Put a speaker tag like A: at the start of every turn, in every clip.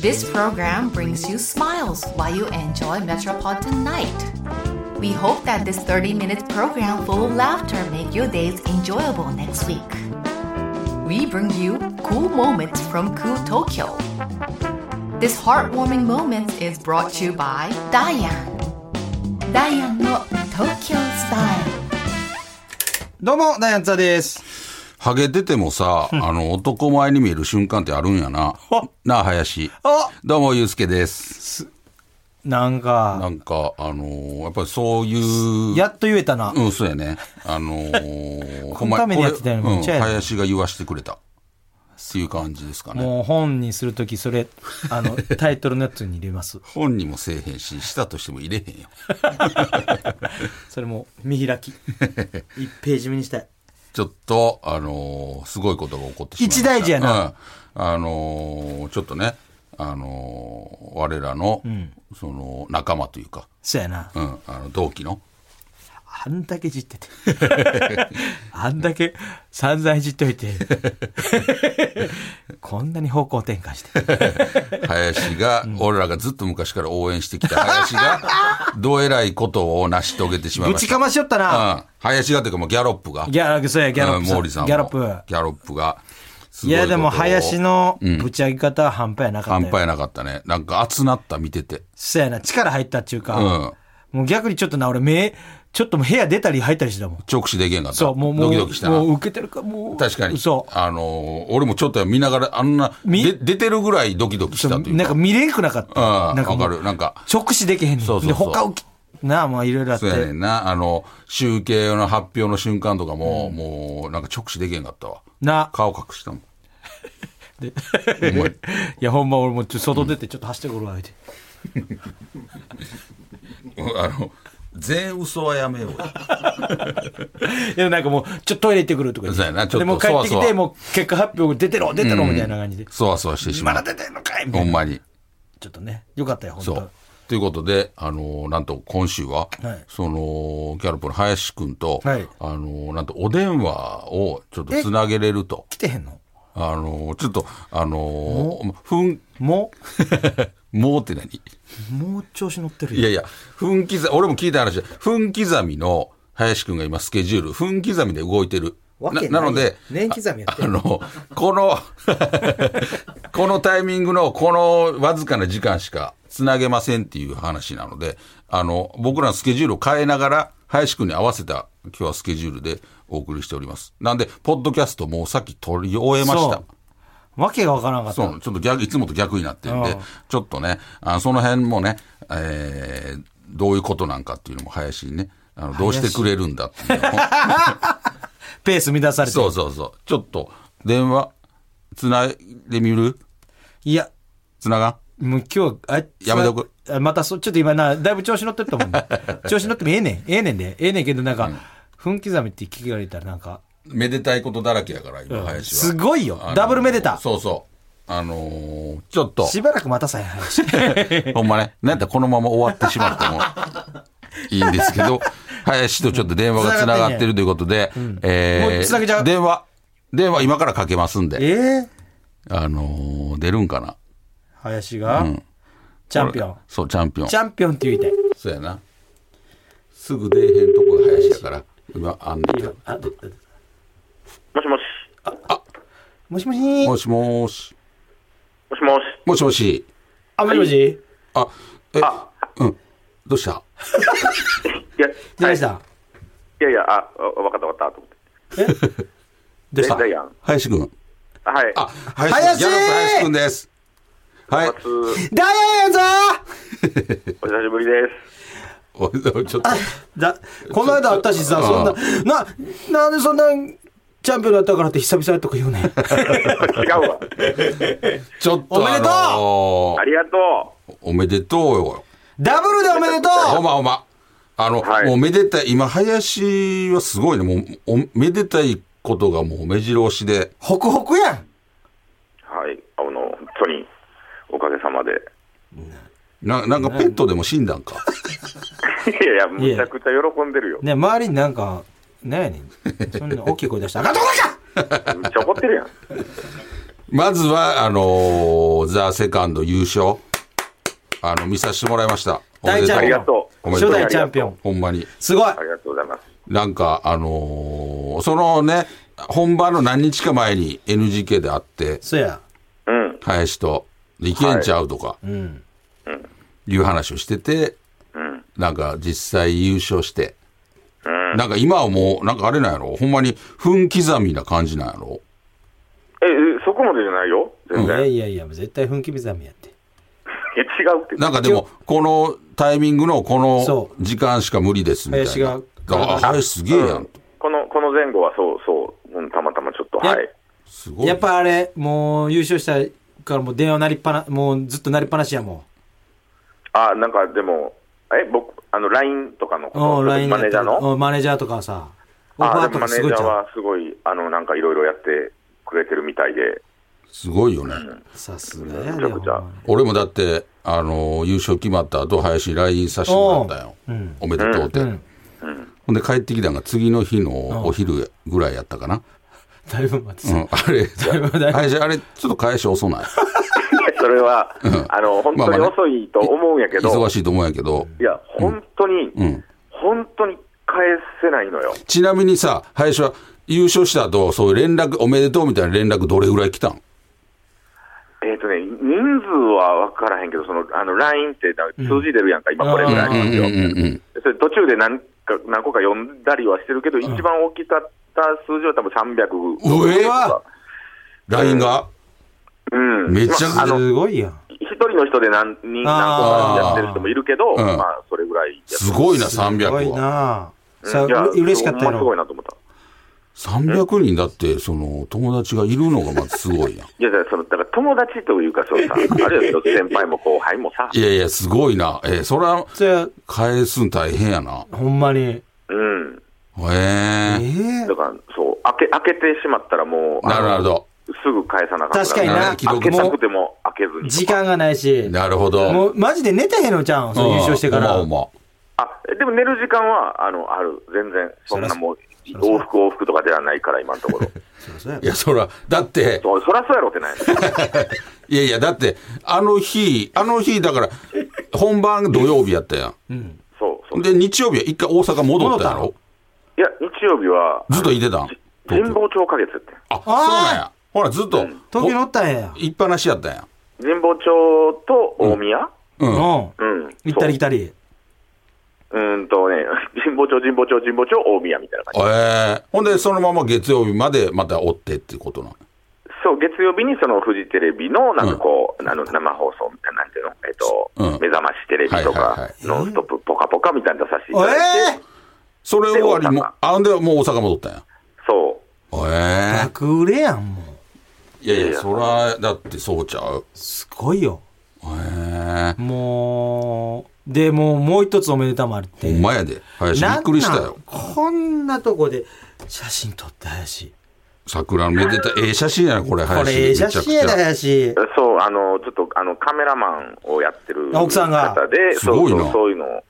A: This program brings you smiles while you enjoy Metropolitan Night. We hope that this 30-minute program full of laughter make your days enjoyable next week. We bring you cool moments from cool Tokyo. This heartwarming moment is brought to you by Diane. Diane の Tokyo Style.
B: どうも、ダイアンツァです。
C: ハゲててもさ、あの、男前に見える瞬間ってあるんやな。なあ、林。
B: あ
C: どうも、ゆうすけです。
B: なんか、
C: なんか、あのーやっぱりそういう、
B: やっと言えたな。
C: うん、そうやね。あの ー、
B: このためにやってたのに
C: ほんま
B: めっ
C: こ
B: ちゃや
C: れうん、
B: な
C: 林が言わしてくれた。っていう感じですかね。
B: もう本にするとき、 それ、あの、タイトルのやつに入れます。
C: 本にもせえへんし、したとしても入れへんよ。
B: それも、見開 き。一ページ目にしたい。
C: ちょっと、あのーすごいことが起こってしまいました。
B: 一大事やな。
C: うん、あのーちょっとね、あのー我らの、その、仲間というか、
B: そうやな。
C: うん、あの、同期の、
B: あんだけじってて。 あんだけ散々いじっとい て。こんなに方向転 換して。
C: 林が、俺らがずっと昔から応援してきた林が、どえらいことを成し遂げてしまい
B: ぶ
C: まし
B: ち
C: た。
B: かましよったな。
C: うん。林がというかもうギャロップが。
B: ギャラップ、そうや、ギャロ
C: うん
B: ップ。
C: 毛利さんも。
B: ギャロップ。
C: ギャロップが。す
B: い
C: ごいことを
B: や、でも、林。のぶち上げ方は半端やなかった
C: 半
B: よ。
C: 端やなかったね。なんか熱なった見てて。
B: そうやな、力入ったっていうか、
C: うん
B: もう逆にちょっとな、俺目、ちょっともう部屋出たり入ったりしてたもん。
C: 直視できへんかった。
B: そう、もう、もう、
C: ドキドキした
B: もう
C: な。
B: 受けてるか、もう。
C: 確かに。
B: そう。
C: あのー、俺もちょっと見ながら、あんな、
B: み
C: で出てるぐらいドキドキし
B: そ
C: た
B: う
C: というか。
B: なんか見れんくなかった。
C: うん
B: なんもう
C: わかるなんか
B: 直視できへんねん。
C: そうそうそう
B: で、他受け、なあ、まあいろいろあって。
C: そうやねんな。あの、集計の発表の瞬間とかも、もう、なんか直視できへんかったわ。
B: な。
C: 顔隠したも ん。
B: で
C: お 前
B: いや、ほんま俺もちょっと外出てちょっと走ってくるわ、言うて。
C: あの、全嘘はやめようよ。
B: いや、なんかもう、ちょっとトイレ行ってくるとか言って。
C: そうやなちょっと
B: で、もう帰って
C: そ
B: き
C: わ
B: て、
C: そわ
B: もう結果発表出てろ、出てろ、みたいな感じで。
C: そわそわしてしま
B: まだ
C: う。
B: 出てんのかいみた
C: ほ
B: い
C: ん
B: な。
C: まに。
B: ちょっとね、よかったよ、本
C: そ
B: 当
C: う。ということで、あのなんと今週は、
B: はい
C: その、ギャルプの林くんと、
B: はい
C: あのなんとお電話をちょっとつなげれると。
B: 来てへんの
C: あのちょっと、あのふん、
B: も
C: もうって何
B: う、もう調子乗ってる
C: いやいや、分刻み、俺も聞いた話だ。分刻みの林くんが今スケジュール、分刻みで動いてる。
B: わけない
C: ので、
B: 年刻みやって
C: ああの、この、 このタイミングのこのわずかな時間しかつなげませんっていう話なので、あの、僕らのスケジュールを変えながら、林くんに合わせた今日はスケジュールでお送りしております。なんで、ポッドキャストもうさっき撮り終えました
B: そ。う。わけがわからなかった。
C: そう、ちょっと逆、いつもと逆になってるんで、ちょっとね、あその辺もね、えーどういうことなんかっていうのも林にね、あのどうしてくれるんだっていうのを
B: ペース乱されて
C: そうそうそう。ちょっと、電話、つないでみる
B: いや、
C: つながん
B: もう今日、あ
C: やめとく。
B: あまたそう、ちょっと今な、だいぶ調子乗ってったもん、 ね、調子乗ってもええねん。ええねんで。ええねんけど、なんか、分刻みって聞きられたら、なんか、
C: めでたいことだらけやから、今、林は。
B: すごいよ
C: あの。
B: ダブルめでた。
C: そうそう。あのーちょっと、
B: しばらく待たさへん 話。
C: ほんまね、なんだこのまま終わってしまって も。いいんですけど、林とちょっと電話がつながってるということで、え
B: もうつなげちゃう
C: 電話、電話今からかけますんで。
B: ええ
C: あのー出るんかな。
B: 林が、チャンピオン。
C: そう、チャンピオン
B: チ。ャンピオンって言いたい。
C: そうやな。すぐ出えへんとこが林やから。今、あんで。
B: あでで
D: もしもし。
B: もしもし
C: もしもーし。
D: もしもし。
C: もしもし。
B: あ、もしもし
C: あ、え、うん。どうした
D: いや、
B: ど
D: は
B: う
D: い、
B: し
D: い
B: た
D: やいや、あ、わわかったわかったと思って。
B: どうした
D: ダイアン。
C: 林くん。
D: あはい。
C: あ、林
B: 林
C: ギャロップ林くんです。はい
D: お。初
B: ダイアンやぞ
D: お久しぶりです。
C: おいおいちょっと。
B: だこの間私さ、そんな、な、なんでそんな、チャンピオンだったからって久々とか言う ねん。
D: 違うわ。
C: ちょっと。
B: おめでとう
C: あの
D: ありがと
C: ーおめでとうよ。
B: ダブルでおめでと
C: ほん
B: う
C: まほんま。あの、
D: はい
C: もうめでたい、今、林はすごいね。もう、おめでたいことがもう目白押しで。
B: ホクホクやん
D: う。はい。あの、本当に、おかげさまで。
C: ななんかペットでも死んだんか。
D: いやいや、むちゃくちゃ喜んでるよ。
B: ね周りになんか、なんやねん。そんな大きい声出したら、あかんとこ
D: めっちゃ怒ってるやん。
C: まずは、あのーザ・セカンド優勝、あの、見させてもらいました。
B: 大ちゃん
D: ありがとう。
C: おめで
B: 初
C: とう
B: 代チャンピオン。
C: ほんまに。
B: すごい
D: ありがとうございます。
C: なんか、あのーそのね、本番の何日か前に NGK で会って、
B: そうや。
D: うん。
C: 林と、でいけんちゃうとか、
B: うん。
C: いう話をしてて、
D: ん
C: なんか実際優勝して、なんか今はもう、なんかあれなんやろほんまに、分刻みな感じなんやろ
D: え、えそこまでじゃないよ。全
B: いや
D: 然。え、
B: いやいや、もう絶対分刻みざみやって。
D: 違うって。
C: なんかでも、このタイミングのこの
B: そ
C: 時間しか無理ですみたいな。
B: 林が
C: ああれすげえやん。
D: この、この前後はそうそう、うん、たまたまちょっと、
B: いや
D: はい。
C: すごい。
B: やっぱあれ、もう優勝したからもう電話なりっぱな、もうずっとなりっぱなしやも
D: あ、なんかでも、え、僕、あの、LINE とかの
B: う。
D: こ
B: う
D: と、
B: ん、LINE
D: マネージャーの
B: のマネージャーとかさ、オファ
D: あ、
B: ー
D: で
B: と
D: もマ
B: かす
D: ネー
B: ごい
D: ジャ
B: ち
D: ー
B: ゃう。
D: はすごい、あの、なんかいろいろやってくれてるみたいで、
C: すごいよね。
B: さすがや
D: め
B: で、
D: ちゃくちゃ
B: ほんまに
C: 俺もだって、あのー優勝決まった後、林に LINE させてもらったよ。
B: おううん
C: おめでとうって。
B: うん。
C: ほんで帰ってきたんが次の日のお昼ぐらいやったかな。
B: だいぶ待
C: う
B: って
C: ん、あれ、
B: いぶだいぶ
C: 林あれ、ちょっと返し 遅ない。
D: それは、あの、本
C: まあ
D: 当
C: まあ
D: に
C: ね
D: 遅いと思うんやけど、
C: 忙しいと思うんやけど。
D: いや、本当に、
C: うん
D: 本当に返せないのよ。
C: ちなみにさ、林は優勝した後、そういう連絡、おめでとうみたいな連絡どれぐらい来たん
D: えっ、とね、人数は分からへんけど、その、あの、LINE ってなんか数字出るやんか、今これぐらいありますよ。
C: うんうん。
D: それ途中で何か、何個か読んだりはしてるけど、一番大きかった数字は多分300。
C: うえ
D: わ
C: LINE が、
D: うん。
C: めちゃくちゃ
D: まああの、
B: すごいやん。
D: 一人の人で何人、何個
B: あ
C: ー
D: かやってる人もいるけど、
C: うん
D: まあ、それぐらいやった。
C: すごいな、
B: すご
C: 300
B: い
C: は。
B: な
D: う
B: さ
D: んいや
B: う嬉しかったや
D: ほんますごい
B: ろ。
D: なと思った。
C: 300人だって、その、友達がいるのがまずすご いやん。
D: いや、だからその、だから友達というか、そうさ、あるいは先輩も後輩もさ、
C: いやいや、すごいな。えーそれは、
B: それは
C: 返すん大変やな。
B: ほんまに。
D: うん。
B: ええ
C: ええ
D: だから、そう、開け、開けてしまったらもう、
C: なるほど。
D: すぐ返さなあかった。
B: 確かにな
D: 開けたくても開けずに。
B: 時間がないし。
C: なるほど。
B: もうマジで寝たへんのちゃうん、その優勝してから。
C: うんほんまほんま
D: あ、でも寝る時間は、あの、ある。全然、そんなもう、往復往復とかではないから、今のところ。
B: そうそうや
C: いや、そら、だって、
D: そうそらそうやろってない。
C: いやいや、だって、あの日、あの日、だから、本番土曜日やったや
D: そう、そ
C: ん。
D: う。
C: で、日曜日は一回大阪戻ったやろ
D: いや、日曜日は、
C: ずっといてたん
D: 神
C: 東京
D: 保町花月って。
C: あ、そうなんや。ほら、ずっと、
B: 東京乗ったんや。
C: 行っぱなしやったんや。
D: 神保町と大宮
C: うん。
B: うん。
D: うん。
B: 行ったり来
D: た
B: たり。
D: うーんとね、 神保町、神保町、神保町、大宮みたいな感じ。
C: ええほんで、そのまま月曜日までまた追ってっていうことなの。
D: そう、月曜日にそのフジテレビの、なんかこう、あの、生放送みたいな、なんていうのえっと、
C: うん
D: 目覚ましテレビと
C: はいはいは
D: か
C: い、
D: ノンストップポカポカみたいなの出させてい
B: え
D: ただいて、
B: え
C: それ終わり
D: で
C: も
D: 大阪、
C: あんでもう大阪戻ったんや。
D: そう。
C: ええ
B: 爆売れやん、もう。
C: いやいや、そら、だってそうちゃう。
B: すごいよ。
C: ええ
B: もう、で、もう、もう一つおめでたもあるって。
C: ほんまやで。林、びっくりした
B: な
C: よ。
B: んなんこんなとこで写真撮って林。
C: 桜のめでた、ええ写真やな、これ、
B: こ
C: 林。
B: れ、ええ写真やで、
C: めちゃくち
B: 林。
C: ゃ
D: そう、あの、ちょっと、あの、カメラマンをやってる
B: あ奥さんが
D: 方で、
C: すごいな
D: そうそう、そういうのを。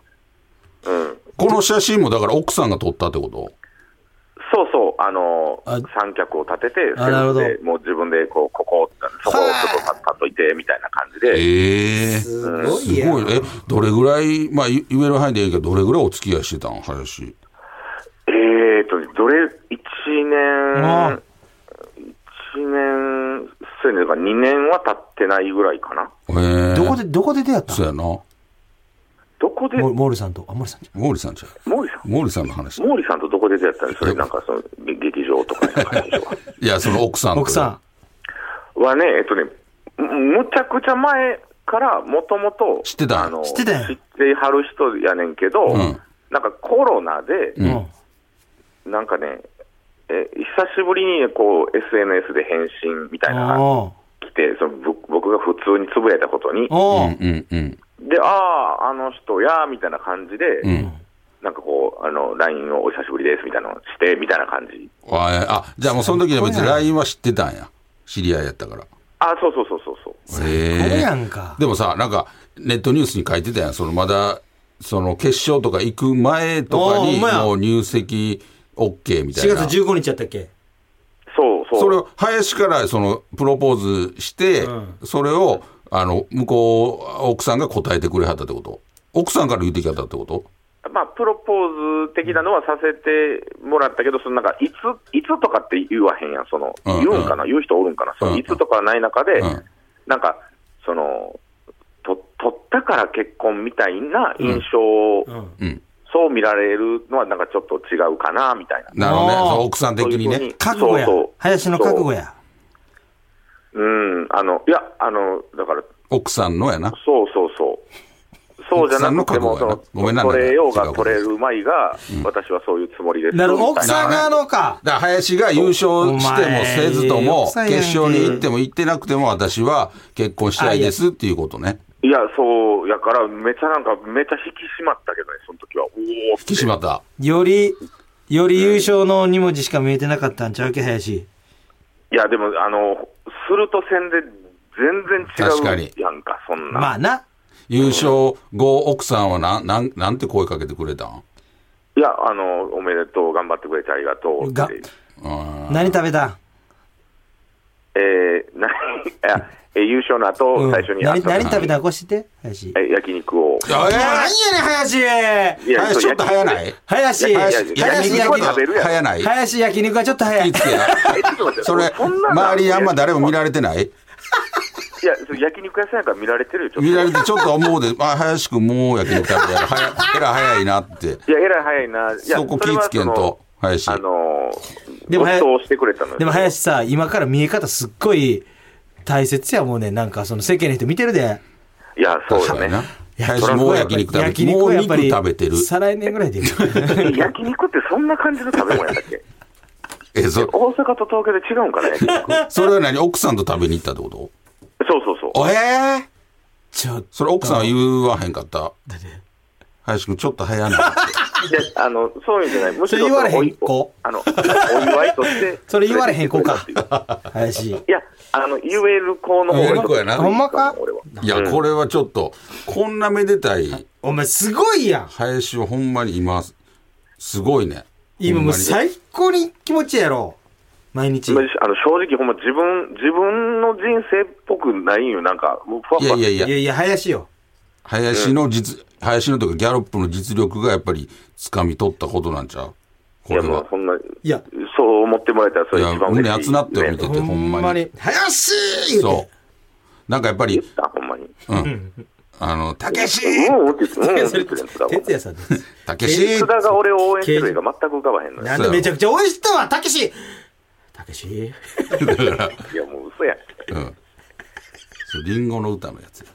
D: うん。
C: この写真も、だから奥さんが撮ったってこと
D: そうそう、あの
B: あ、
D: 三脚を立てて、
B: あなるほど
D: セルフでもう自分で、こう、ここ、そこをちょっとパッパッといて、みたいな感じで。
C: ええ
B: す
C: す
B: ごいやん。
C: ごい。え、どれぐらい、まあ、言言える範囲でいいけど、どれぐらいお付き合いしてたん、林。
D: えーと、どれ、一
B: あ
D: 年、一年、そうね、だから二年は経ってないぐらいかな。
C: ええ
B: どこで、どこで出会った
C: そうやな。
D: どこで、
B: モモールさんと、あ、モールさんじ
C: 毛利さんじゃ
D: 毛利さ
C: ん。毛利さんの話
D: ん。。毛利さんとどこで出会ったんですそれなんか、その、劇場とかなんかでしょうか。
C: いや、その奥さん
B: ゃん。
C: と。
B: 奥さ
D: はね、えっとね、むむちゃくちゃ前からもともと
C: 知ってたんや
D: あの
B: 知ってたんや
D: 知ってはる人やねんけど、
C: ん
D: なんかコロナで、
B: ん。
C: うん
B: うん
D: なんかね、え久しぶりにこう SNS で返信みたいなの
B: お
D: が来て、そのぶ僕が普通につぶやいたことに
B: ー、お
C: うん
B: ー
C: うんうん。
D: で、ああ、あの人や、みたいな感じで、
C: うん。
D: なんかこう、あの、LINE をお久しぶりです、みたいなのをして、みたいな感じ。
C: あ、えーあじゃあもうその時は別に LINE は知ってたんや。知り合いやったから。
D: あそうそうそうそうそう。
B: これ
C: え
B: や
C: え
B: んか。
C: でもさ、なんか、ネットニュースに書いてたやん。そのまだ、その決勝とか行く前とか
B: おーほ
C: に、
B: んまや
C: もう入籍 OK みたい
B: 4
C: な。
B: 月15日やったっけ
D: そうそう
C: それを林からそのプロポーズして、それをあの向こう奥さんが答えてくれはったってこと奥さんから言ってきはったってこと
D: まあ、プロポーズ的なのはさせてもらったけど、そのなんかいつ、いつとかって言わへんやん、その、
C: うんうん
D: 言うんかな、言う人おるんかな、そ
C: うんう
D: の
C: ん
D: いつとかはない中で、
C: うん
D: なんか、その、と取ったから結婚みたいな印象を、
B: うん
C: うん
D: そう見られるのは、なんかちょっと違うかな、みたい
C: な
D: な。
C: るほどね
B: あー
C: その奥さん的に
D: そういう
C: ね
D: ふう
B: 覚悟や
D: そうそう。
B: 林の覚悟や。
D: うん、あの、いや、あの、だから、
C: 奥さんのやな
D: そうそうそう。そうじゃなくても、
C: 奥さん
D: そ
C: の
D: の
C: 覚悟やなごめんな
D: 取れよう
C: 違
D: が
C: うこと
D: 取れるまいが、私はそういうつもりです。
B: なるほど、
D: みた
B: 奥
D: いな
B: さん側のか。
C: だから林が優勝してもせずと
B: お
C: も
B: 前
C: 決勝に行っても行ってなくても私は結婚したいですっていうことね
D: いや、そうやから、めちゃなんか、めちゃ引き締まったけどね、その時は。おお
C: 引き締まった
B: より、より優勝の2文字しか見えてなかったんちゃうけ、林。
D: いや、でも、あの、すると戦で全
C: 確か
D: 然違
C: に
D: うやんか、そんな。
B: まあな。
C: 優勝後奥さんはなんなんなんて声かけてくれたん
D: いや、あの、おめでとう、頑張ってくれてありがとうっていう。
C: うん
B: 何食べた
D: えー、な いや、え優勝の後、
B: うん
D: 最初にや
B: 何
D: った
B: 何食べたんこして、林。
D: え焼肉を。
C: いやいや
B: 何やねん、林
D: いや
C: 林ちょっと早ない
B: 林
D: いやいや
B: 林
D: いや
B: 林
D: 肉は
B: 焼
D: 食べるやん
C: 早ない
B: き林焼肉はちょっと早
C: 気
B: い
C: ぃ。つけや
D: えちょっと待って
C: それ
D: そんなの
C: 周りにあんま誰も見られてない
D: いや、それ焼肉屋さんやから見られてるよ、ちょっと。
C: 見られてちょっと思うで あ林くんもう焼き肉食べたら早いえらい早いなって
D: いや、えらい早いな。いや
C: そこ気ぃつけんと林
D: それはそのあ
B: でもは
D: の、ごち
B: や
D: そうしてくれたのよ
B: でも林さ、今から見え方すっごい大切やもうね。なんかその世間の人見てるで。
D: いや、そう
C: 確か
D: だ
C: に
D: ね
C: な。林もう焼肉食べてもう肉食べてる
B: 再来年ぐらいでいい。
D: え 焼肉ってそんな感じの食べ物やったっ け
C: えそ
D: 大阪と東京で違うんかね焼肉
C: それは何奥さんと食べに行ったってこと
D: そうそうそう。
C: おえー
B: ちょっと。
C: それ奥さんは言わへんかった林くんちょっと早いな って
D: いやあの、そういうんじゃない。むし
B: それ
D: ろ
B: 言われへん
D: おい
B: 子
D: あの、お祝い として。
B: それ言われへん子か
D: 連れてきてくれたっていう。
B: 林。
D: いや、あの、言える子の方が
C: 言える子やな
D: ちょっと
B: ほんまか
D: 俺はい
C: やこれはちょっとこんなめでたい
B: お前すごいやん。
C: 林をほんまに今すごいね
B: 今もう
C: ほんまに
B: 最高に気持ちいいやろ。毎日。
D: まああの正直、ほんま自分、自分の人生っぽくないんよ。なんか、もうふわ
C: い
D: ふ
C: や
D: わ。
C: いやいや
B: いやいや、林よ。
C: 林の実、林のというかギャロップの実力がやっぱり掴み取ったことなんちゃうこれ
D: いや、もう
C: は。
D: そんな、
B: いや、
D: そう思ってもらえたら、そ
C: い
D: れ
C: や
D: 一番嬉しい。
C: 胸熱なってよ見てて、
B: ほ
C: ほん
B: ん
C: ま
B: ま
C: に。
B: に。林言う
C: そう。なんかやっぱ
D: 言っ
C: り、
D: た、ほんまに。
C: あの、たけし
D: うん、うんって言って、うん、って言っててるんですか。
B: 哲也さんです。
C: たけし
D: 津田が俺を応援してる映画全く浮かばへんのよ。
B: なんでめちゃくちゃ応援してたわ、たけしたけし。
D: いや、もう嘘やん。
C: うん。そうリンゴの歌のやつや。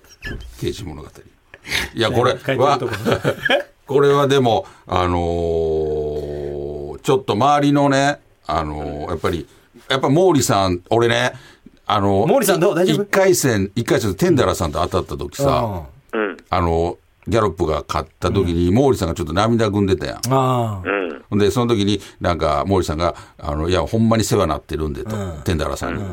C: 刑事物語。いや、これ
B: 書いてる
C: は
B: とこ、
C: これはでも、あのーちょっと周りのね、あのーやっぱり、やっぱ毛利さん、俺ね、あのー
B: 毛利さんどう大丈夫
C: 一回戦、一回戦でテンダラーさんと当たった時さ、
D: うん、
C: あのーギャロップが勝った時に、毛利さんがちょっと涙ぐんでたやん。
B: ああ。
D: うん。
C: ほんで、その時に、なんか、毛利さんが、あの、いや、ほんまに世話なってるんで、と、テンダラーさんに。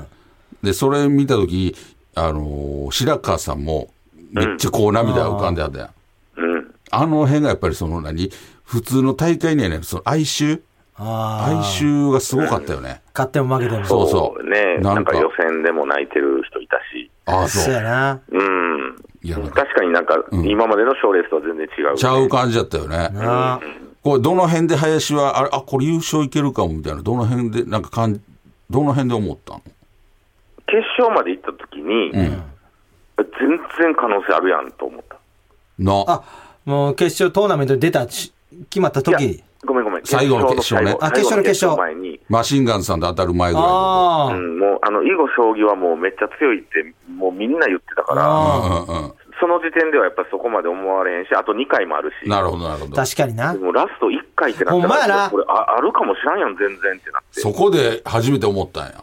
C: で、それ見た時に、あのー白川さんも、めっちゃこう涙浮かんであったやん。
D: うん。
C: あの辺がやっぱりその何、普通の大会にはね、その哀愁
B: ああ。
C: 哀愁がすごかったよね。
B: 勝っても負けても。
C: そうそう
D: ね
C: な
D: なんん
C: か
D: か予選でも泣いてる人いたし。
C: ああ、そ
B: そうや
C: う。
B: な。
D: うん。
C: いや、なんか、
D: 確かになんか、今までの賞レースとは全然違う。
C: ちゃう感じだったよね。
B: ああ。
C: これ、どの辺で林は、あれ、あ、これ優勝いけるかも、みたいな。どの辺で、なんかかん、どの辺で思ったの
D: 決勝まで行った時に、全然可能性あるやんと思った。
C: な、
B: あ、もう決勝トーナメントに出たし、決まった時
D: い
B: に
D: や。ごめんごめん。
C: 最後の決勝ね
B: あ決勝の決勝
D: 前に、
C: マシンガンさんと当たる前ぐらいのこと
B: あ
D: う
B: あ。
D: ん、もう、あの、囲碁将棋はもうめっちゃ強いって、もうみんな言ってたから、
B: ああ
C: うんうん
D: その時点ではやっぱそこまで思われへんし、あと2回もあるし。
C: なるほど、なるほど。
B: 確かにな
D: で。もラスト1回ってな
B: ほ
D: っ
B: ん
D: た
B: まやな
D: ら、これああるかもしらんやん、全然ってなって。
C: そこで初めて思ったんや。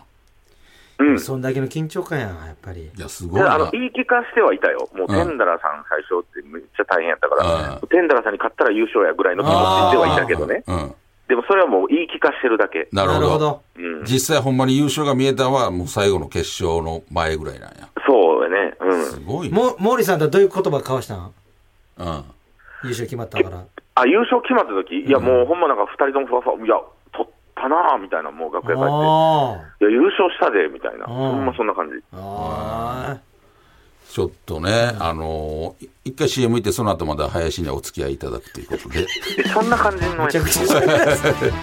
D: うん。
B: そんだけの緊張感やん、やっぱり。
C: いや、すごい
D: ただあの
C: な。
D: 言い聞かしてはいたよ、もうテンダラーさん最初ってめっちゃ大変やったから、
C: う
D: テンダラーさんに勝ったら優勝やぐらいの気持ちではいたけどね、
C: うん。
D: でもそれはもう言い聞かしてるだけ、
C: なるほど。
D: うん、
C: 実際ほんまに優勝が見えたのはもう最後の決勝の前ぐらいなんや。
D: そうやね、う
C: す
D: ん、
C: ごいね。
B: も、毛利さんとはどういう言葉交わしたん
C: うん。
B: 優勝決まったから。
D: あ優勝決まった時いや、もうほんまなんか2人ともふわふわ、いや、取っったなぁみたいな、もう楽屋帰っ
B: あ
D: て、いや、優勝したで、みたいな、
B: ん
D: ほんまそんな感じ。
B: ああ
C: ちょっとね、あのーい一回 CM 行って、その後まだ林にはお付き合いいただくということで。
D: えそんな感じの
B: あ
D: や
B: めちゃく
D: つ。
B: ちゃ知らないで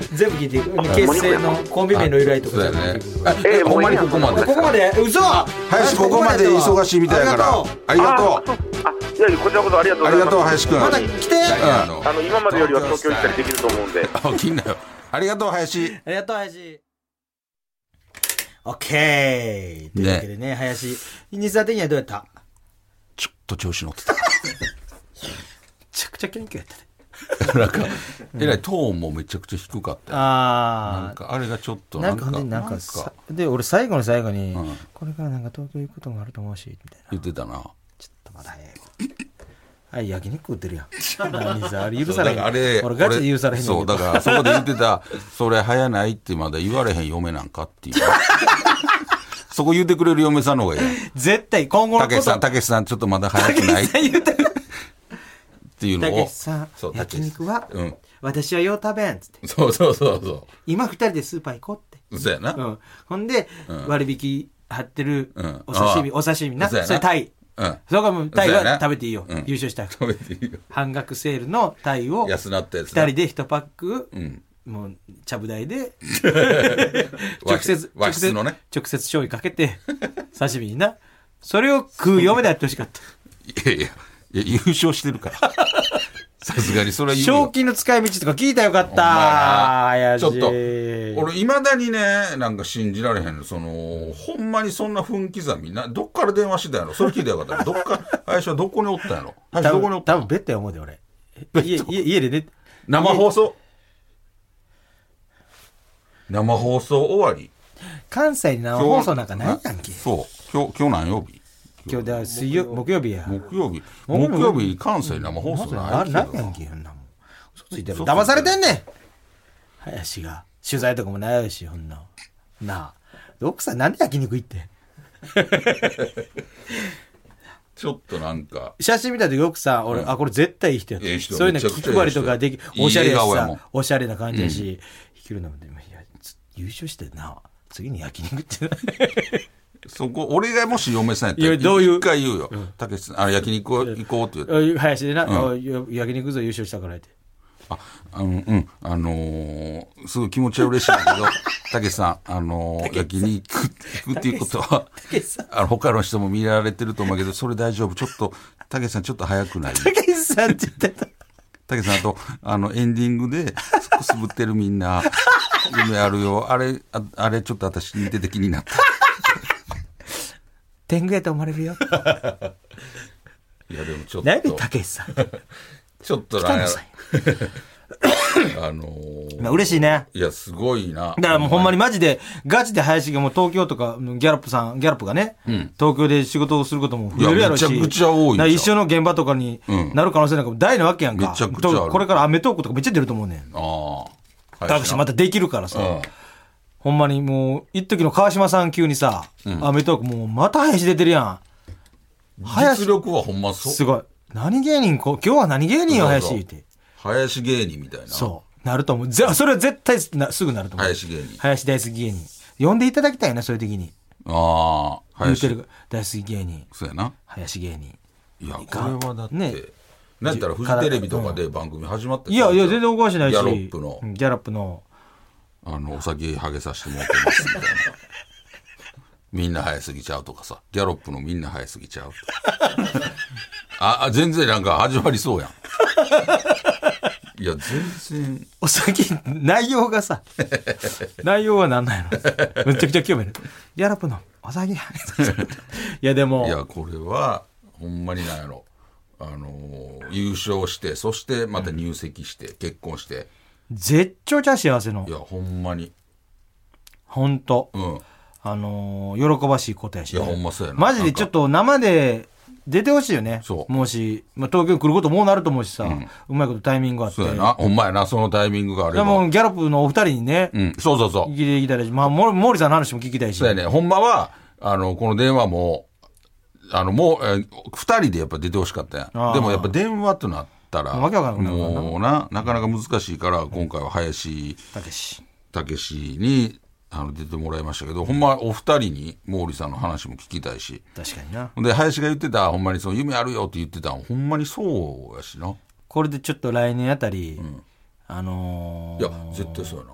B: す全部聞いていく結成のコンビ名の由来とか
C: だ
B: じゃな
C: よね
B: くて。
C: あえ
D: えー
C: ほんまに
D: もう
C: こ
D: いいや
C: こまで。
B: ここまで嘘
C: 林、ここまで忙しいみたいだから。ありがと
D: あそうあ、いやいや、こちらこそありがと
C: う。
D: う
C: あ
D: ござ
C: りが
D: います。
C: とう、林くん。
B: また来て
C: あの
D: あの、今までよりは東京行ったりできると思うんで。
C: あ起きんなよ。ありがとう、林。
B: ありがとう、林。オッケーというわけでね、林。西田的にはどうやっため
C: ちょっと調子乗ってた。
B: ちゃくちゃ謙虚やったね。
C: なんか、えらいトーンもめちゃくちゃ低かったよ。な
B: あ
C: んか、あれがちょっと、
B: ー。
C: な
B: なんん
C: か、
B: か、ね、な
C: な
B: んん
C: か
B: か、さで、俺最後の最後に、
C: うん
B: これからなんか東京行くこともあると思うし、みたいな。
C: 言ってたな。
B: ちょっとまだ早い。あ、焼肉売ってるやん。 西田、あれ許さ
C: だ
B: れへ
C: か
B: ん。
C: らあれ、
B: 俺ガチで許されへんねん
C: そ
B: け
C: う、
B: ど
C: だから、そこで言ってた、それ早ないってまだ言われへん嫁なんかっていう。 そこ言ってくれる嫁さんの方がいいやん。
B: 絶対、今後の
C: た
B: こ
C: けし
B: と。
C: さん、たけしさん、ちょっとまだ早くないって
B: 言うてる
C: いうの
B: たけ
C: を。
B: しさん
C: そう、
B: 焼肉は、
C: うん。
B: 私はよう食べんっつって。
C: そうそうそうそ
B: 今二人でスーパー行こうって。
C: う。そうやな。
B: う
C: うん
B: ん、ほんで、
C: ん
B: 割引貼ってる
C: うん
B: お刺身、
C: ああ
B: お刺身な。
C: そうやな
B: それタイ。。それからもうタイ
C: そうやな
B: は食べていいよ。
C: うん
B: 優勝したら。
C: 食べていいよ。
B: 半額セールのタイを、
C: 安なったやつ
B: 二
C: な。
B: 人で一パック、
C: うん。
B: もう、ちゃぶ台 で、
C: 和
B: 直接、
C: 和
B: 直
C: 室
B: 接、
C: のね。
B: 直接醤油かけて、刺身にな。それを食う嫁でやってほしかった。
C: いやいや、いや優勝してるから。さすがに、それは言うよ
B: 賞金の使い道とか聞いたらよかっ
C: ほんま
B: た。
C: やな
B: 怪しい。
C: ちょっと、俺、いまだにね、なんか信じられへんの。その、ほんまにそんな分刻みな、どっから電話してたんやろ。それ聞いたらよかった。どっか、 林はどこにおったんやろ。林
B: 多
C: どこにお
B: 分、
C: った
B: 多分ベッドや思うで、俺。え家、家家でね。
C: 生放送。生放送終わり。
B: 関西に生放送なんかないやんけ。
C: そう。今日、今日何曜日
B: 今日だから水曜木曜日や。
C: 木曜日。
B: 木曜日
C: 木曜日、関西生放送
B: あ
C: ない
B: なん
C: け
B: や
C: ど
B: ん。けそんなもん。嘘ついてる。騙されてんねん。林が取材とかもないしほんな。なあ奥さんなんで焼肉行って。
C: ちょっとなんか、
B: 写真見た時奥さん俺、あこれ絶対いい人やった
C: ええ人
B: そういうの
C: めちゃくちゃ
B: 気配りとかでき
C: ええ人
B: おしゃれやし
C: いい笑
B: さ
C: 顔やもん
B: おしゃれな感じやし、生きるのもでもいやつ優勝してな次に焼肉って
C: そこ、俺がもし嫁さんやったら、
B: いやどういう
C: 一回言うよ。たけしさん、あの焼肉行こうって言って。
B: 林でな、あ焼肉ぞ優勝したからやって
C: あ、あの、うん、あのーすごい気持ちは嬉しいんだ けど、たけしさん、あのー焼肉行くっていうことは、
B: けしさん
C: あの、他の人も見られてると思うけど、それ大丈夫。ちょっと、たけしさんちょっと早くない
B: たけしさんって言ってた
C: たけしさんあと、あの、エンディングで、くすぶってるみんな、夢あるよ。あれ、ああれ、ちょっと私見てて気になった。
B: 天狗やと思われるよ
C: いや、でもちょ っ
B: 何で
C: と、
B: たけしさん
C: ちょっと
B: 北
C: なん
B: 野
C: や
B: さんや
C: あのー
B: まあ嬉しいね
C: いや、すごい
B: だ
C: な。
B: からもうほんまにマジで、ガチで林がもう東京とか、ギャラップさん、ギャラップがね、東京で仕事をすることも増えるやろうし、
C: いやめちゃくちゃ多いじゃ
B: だ
C: ん
B: から一緒の現場とかに
C: うん
B: なる可能性なんかも大なわけやんか。
C: めちゃくちゃある
B: とこれからアメトークとかめっちゃ出ると思うねん。
C: ああ。
B: 高橋またできるからさ、
C: うん。
B: ほんまにもう、一時の川島さん級にさ、アメトークもうまた林出てるやん。
C: 実
B: 林、
C: 力はほんますそう。
B: ごい。何芸人こう、今日は何芸人よ、林って。
C: 林芸人みたいな。
B: そう。なると思う。ぜそれは絶対なすぐなると思う。
C: 林芸人
B: 林大好き芸人。呼んでいただきたいな、そういう時に。
C: ああ、
B: 言って
C: 林。
B: る大好き芸人
C: そうやな。
B: 林芸人
C: いや、これはだって。
B: ね
C: なんやったらフジテレビとかで番組始まった
B: いやいや全然おかしないし
C: ギャロップの
B: う、んギャラップの
C: あの、お酒ハゲさせてもらってますみた いな。みんな早すぎちゃうとかさ、ギャロップのみんな早すぎちゃう。あ、あ全然なんか始まりそうやん。いや、全然。
B: お先内容が さ内容はなんなんやろめちゃくちゃ興味あるギャラップのお先 いやでも
C: いや、これは、ほんまになんやろ。あのー優勝して、そしてまた入籍して、結婚して。
B: 絶頂じゃ幸せの
C: いや、ほんまに。
B: ほんと
C: うん。
B: あのー喜ばしいことやし
C: いやほんまそうやな
B: マジでちょっと生で出てほしいよね
C: そう
B: もし、まあ、東京に来ることもうなると思うしさ、うまいことタイミングがあって
C: そうやな。ほんまやな、そのタイミングがあれ
B: で
C: ば。
B: もギャラップのお二人にね、
C: うん、そうそうそう
B: 聞。いていきたいし、まあ、モーモーリーさんの話も聞きたいし
C: そうや。ね。ほんまは、あの、この電話も、あの、もう、えー二人でやっぱ出てほしかったや
B: あ
C: ん。
B: ー
C: でもやっぱ電話となったら、
B: わけわからんくなるからな
C: もうな、なかなか難しいから、今回は林
B: たけし。
C: たけしにあの出てもらいましたけど、ほんまお二人に毛利さんの話も聞きたいし、
B: 確かにな。
C: で、林が言ってた、ほんまにその夢あるよって言ってたんほんまにそうやしな。
B: これでちょっと来年あたり、あの
C: い
B: ー
C: や、絶対そうやな。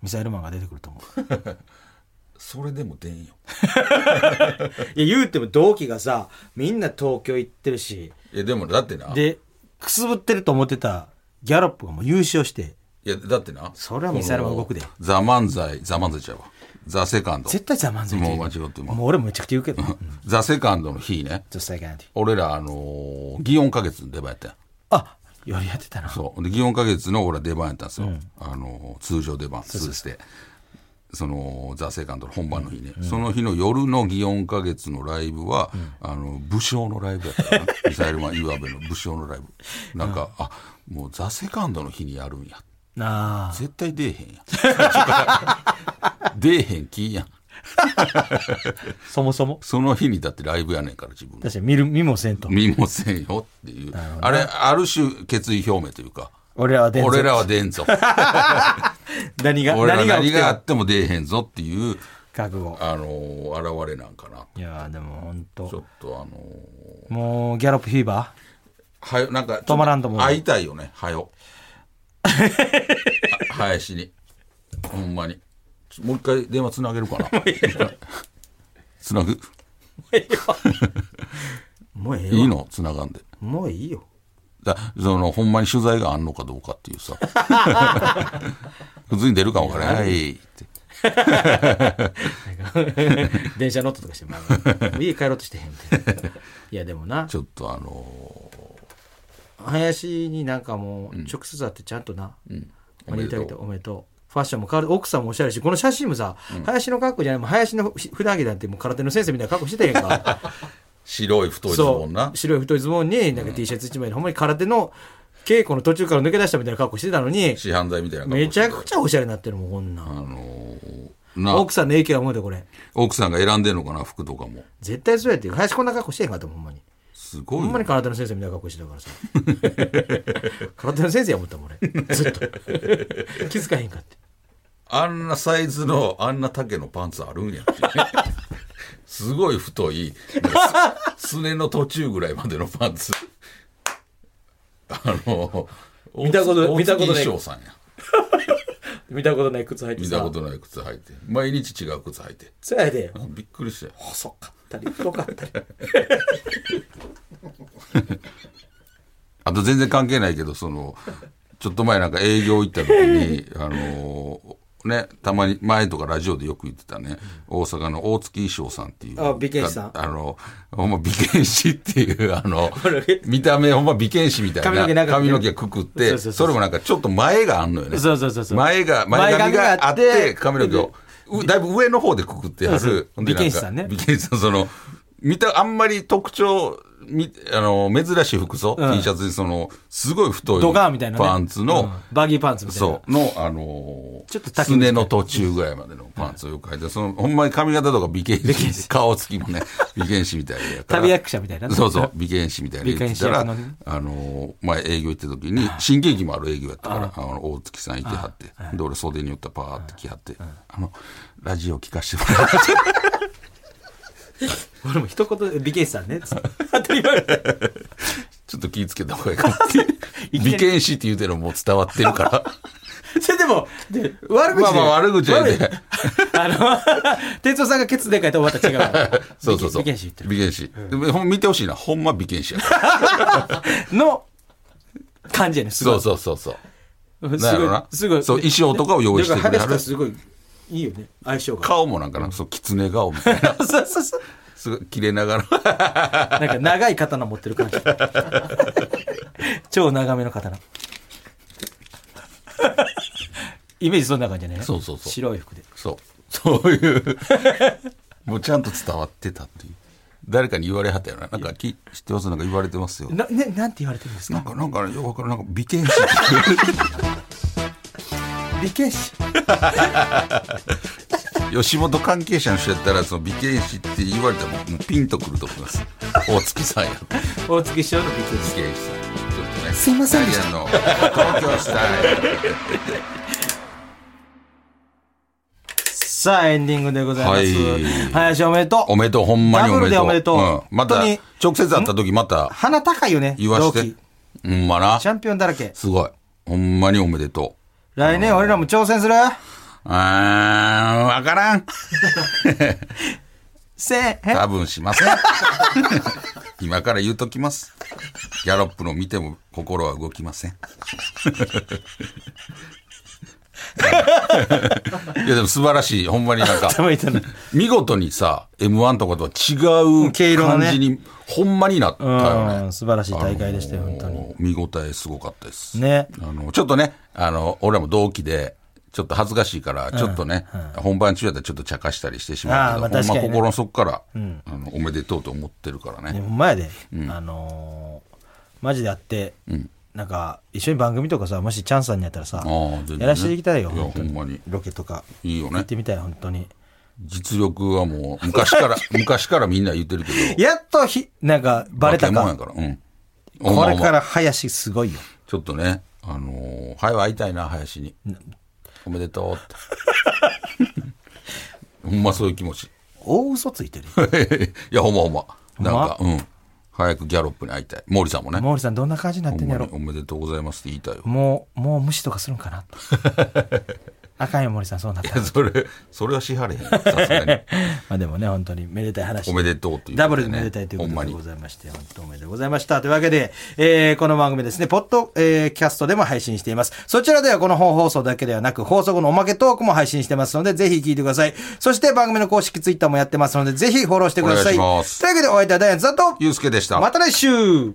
B: ミサイルマンが出てくると思う。
C: それでも出んよ。
B: いや、言うても同期がさ、みんな東京行ってるし、
C: いや、でもだってな。
B: で、くすぶってると思ってたギャロップがもう優勝して、
C: いや、だってな。
B: それはミサイルマン動くで
C: このザ・漫才、ザ・漫才ちゃうわ。ザ・セカンド。
B: 絶対ざまんずい
C: もう間違ってま
B: も
C: す
B: う俺もめちゃくちゃ言うけど。うん
C: ザ・セカンドの日ね。
B: 女性がやって
C: 俺ら、あのー、祇園花月の出番やったん
B: あ、よりやってたな。
C: そう。で、祇園花月の俺は出番やったんですよ。あのー、通常出番、通して。その、ザ・セカンドの本番の日ね。その日の夜の祇園花月のライブは、あの、武将のライブやった からな。ミサイルマン岩部の武将のライブ。なんか、あ、もうザ・セカンドの日にやるんや。
B: なあ。
C: 絶対出えへんやん。最初から 出えへん気やん。
B: そもそも。
C: その日にだってライブやねんから、自分の。
B: 確かに見る、見もせんと。
C: 見もせんよっていう。あれ、ある種決意表明というか、
B: 俺らは出んぞ
C: 俺らは出んぞ。
B: 何が、
C: 俺ら
B: 何が起
C: 何
B: きて
C: があ
B: も
C: っても出えへんぞっていう、
B: 覚悟。
C: あのー現れなんかな。
B: いやーでも本
C: ちょ
B: 当
C: っとあの
B: もうギャロップフィーバ
C: ーはよ、なんか、
B: 止まらんと思う
C: 会いたいよね、はよ。 あ林に。ほんまに。ちょもう一回電話つなげるか な。つなぐ
B: ーもうええ
C: いい
B: よ。
C: のつながんで。
B: もういいよ。
C: だそのほんまに取材があんのかどうかっ ていうさ普通に出るかもわからないって
B: 電車乗ったとかしてもあの家帰ろうとしてへんみたいないやでもな
C: ちょっとあの
B: 林になんかもう直接会ってちゃんとな、
C: おめ
B: 言っ
C: でとう
B: てあげておめでとうファッションも変わる奥さんもおしゃれしこの写真もさ、林の格好じゃないもう林のふ普段着なんてもう空手の先生みたいな格好してたやんか
C: 白い太いズボ
B: そ
C: ンな
B: う白い太いズボンになんか T シャツ一枚で、ほんまに空手の稽古の途中から抜け出したみたいな格好してたのに
C: 市販剤みたいな格好
B: め
C: して
B: ちゃくちゃおしゃれになってるもんこんなん
C: あのーな
B: 奥さんの影響は思うでこれ
C: 奥さんが選んでんのかな服とかも
B: 絶対そうやって林こんな格好してへんかったもんほんまに
C: すごい
B: ほんまに空手の先生みたいな格好してたからさ 空手の先生や思ったもん俺ずっと気づかへんかって
C: あんなサイズのあんな丈のパンツあるんやって すごい太いすすねの途中ぐらいまでのパンツあのー
B: 見たこと
C: 大
B: 見たことない
C: 大月衣装さんや
B: 見たことない靴履いて
C: 見
B: さ
C: たことない靴履いて毎日違う靴履いて
B: そうやで
C: びっくりしたよ
B: 細かったり太かったり
C: あと全然関係ないけどそのちょっと前なんか営業行った時 にあのーねたまに前とかラジオでよく言ってたね、大阪の大月衣装さんっていう
B: あ美健師さん
C: あのほんま美健師っていうあ の
B: 俺
C: 見た目ほんま美健師みたいな
B: 髪の毛長くて
C: 髪の毛くくって
B: そうそうそうそう
C: れもなんかちょっと前があんのよね
B: そうそうそうそう
C: 前が前
B: 前
C: 髪
B: 髪
C: が
B: があ
C: あ
B: っ
C: ってて髪の毛をうだいぶ上の方でくくってあ
B: そうそう
C: るほんでな
B: 美健
C: んか
B: 師さんね
C: 美健師さんその見たあんまり特徴みあの珍しい服装、
B: ん
C: T シャツにそのすごい太い
B: ドガーみたいなね
C: パンツの、
B: うんバギーパンツみたいな
C: そうのあの
B: ちょっと丈
C: す
B: 短い
C: ねの途中ぐらいまでのパンツをよく履いてそのほんまに髪型とか美形師顔つきもね美形師みたいなやから
B: 旅役者みたいなね
C: そうそう美形師みたいなやってたら、
B: 美健師役のね
C: あの前営業行った時に新喜劇もある営業やったからあの大月さんいてはってで俺袖に寄ったらパーって来はってあのラジオ聞かせても らいました
B: 俺も一言で美形師さんねつって当たり前
C: ちょっと気ぃつけた方がいいかなって
B: いきなり
C: 美形師って言うてるのもう伝わってる から
B: それでもで悪口で
C: まあまあ悪口はね
B: 悪いあの哲夫さんがケツでかいとまた違うから
C: そうそうそう。
B: 美形美形師言ってる
C: 美形師でもほん見てほしいな。ほんま美形師やから。
B: の感じやねすご
C: そ
B: いう
C: そうそうそ
B: すご
C: う。
B: い
C: なんやろな。
B: すごい
C: そう、衣装とかを用意してく
B: だ
C: れ
B: から
C: は
B: 林とすご
C: る。
B: いいいよね相性 が
C: 顔もなんかな、そう、狐顔みたいな。
B: そうそうそう
C: すごい、切れながら。
B: なんか長い刀持ってる 感じ。超長めの刀。イメージそんな感じじゃない
C: そうそうそう
B: 白い服で。
C: そう。 そういう。もうちゃんと伝わってたっていう。誰かに言われはったよな。なんか、き知ってますなんか言われてますよ。
B: な、ね、なんて言われてるんです
C: な
B: か
C: んか、なんかね、よくわからん。なんか、美形師って言われて
B: 理系師。
C: る。 吉本関係者の人やったら、その美形師って言われたら、もうピンとくると思います。大月さんやった。
B: 大月師匠の理系師。
C: ゲイさんちょっとね
B: すいませんでし
C: イタリアンの東京スタイル
B: さあ、エンディングでございます。
C: はい
B: 林おめでとう。
C: おめでとう、ほんまにおめで
B: ダ
C: とう。
B: ブルでおめでとう。
C: んまた
B: 本当に、
C: 直接会った時また
B: 鼻高いよね。
C: 言わして
B: 同期。
C: うんまな
B: チ。ャンピオンだらけ。
C: すごい。ほんまにおめでとう。
B: 来年俺らも挑戦する
C: あー、わからん。
B: せえ。
C: 多分しません。 今から言うときます。ギャロップの見ても心は動きません。 いやでも素晴らしい。ほんまになんか、
B: 頭痛いな
C: 見事にさ、M1 とかとは違う
B: 毛色の
C: 感
B: ね
C: じに、ほんまになったよ
B: う
C: ね
B: ん。素晴らしい大会でしたよ、本当に。
C: に。見応えすごかったです。
B: ね。
C: あの、ちょっとね、あの、俺らも同期で、ちょっと恥ずかしいから、ちょっとね、本番中やったらちょっと茶化したりしてしまう
B: あ
C: け
B: ー
C: ど、
B: まあ確か
C: ほんま
B: にね
C: 心の底から、あのおめでとうと思ってるから
B: で
C: ね。
B: も前で、あのーマジでやって、なんか、一緒に番組とかさ、もしチャンさんにやったらさ、
C: ー全然ね
B: やらせていきたいよ、
C: いや
B: 本当に
C: ほんまに
B: ロケとか、
C: いいよ
B: 行っ
C: ね
B: て。みたい、本当に。
C: 実力はもう、昔から、昔からみんな言ってるけど、
B: やっとひ、なんか、バレた
C: 化け物
B: か
C: や。から。うん。
B: これか
C: ほんまほんま
B: ら林すごいよ。
C: ちょっとね、あのー、はい、会いたいな、林に。おめでとうって。 ほんまそういう気持ち。
B: 大嘘ついてるよ。
C: いや、ほんまほんま。なん
B: ほん
C: か、うん。早くギャロップに会いたい。毛利さんもね。
B: 毛利さんどんな感じになってんやろ
C: ほんまにおめでとうございますって言いたいよ。
B: もう、もう無視とかするんかなと。あかんよ、森さん、そうなったら。
C: それ、それは支払えへん。さすがに。
B: まあでもね、本当にめでたい話。
C: おめでとうということでね
B: ダブルでめでたいというこ
C: ほん
B: と
C: ま
B: で
C: に
B: ございまして、本当おめでとうございました。というわけで、えーこの番組ですね、ポッド、えーキャストでも配信しています。そちらではこの本放送だけではなく、放送後のおまけトークも配信してますので、ぜひ聞いてください。そして番組の公式ツイッターもやってますので、ぜひフォローしてください。
C: お願いします
B: というわけで、お相手はダイアンツだと、
C: ゆうすけでした。
B: また来週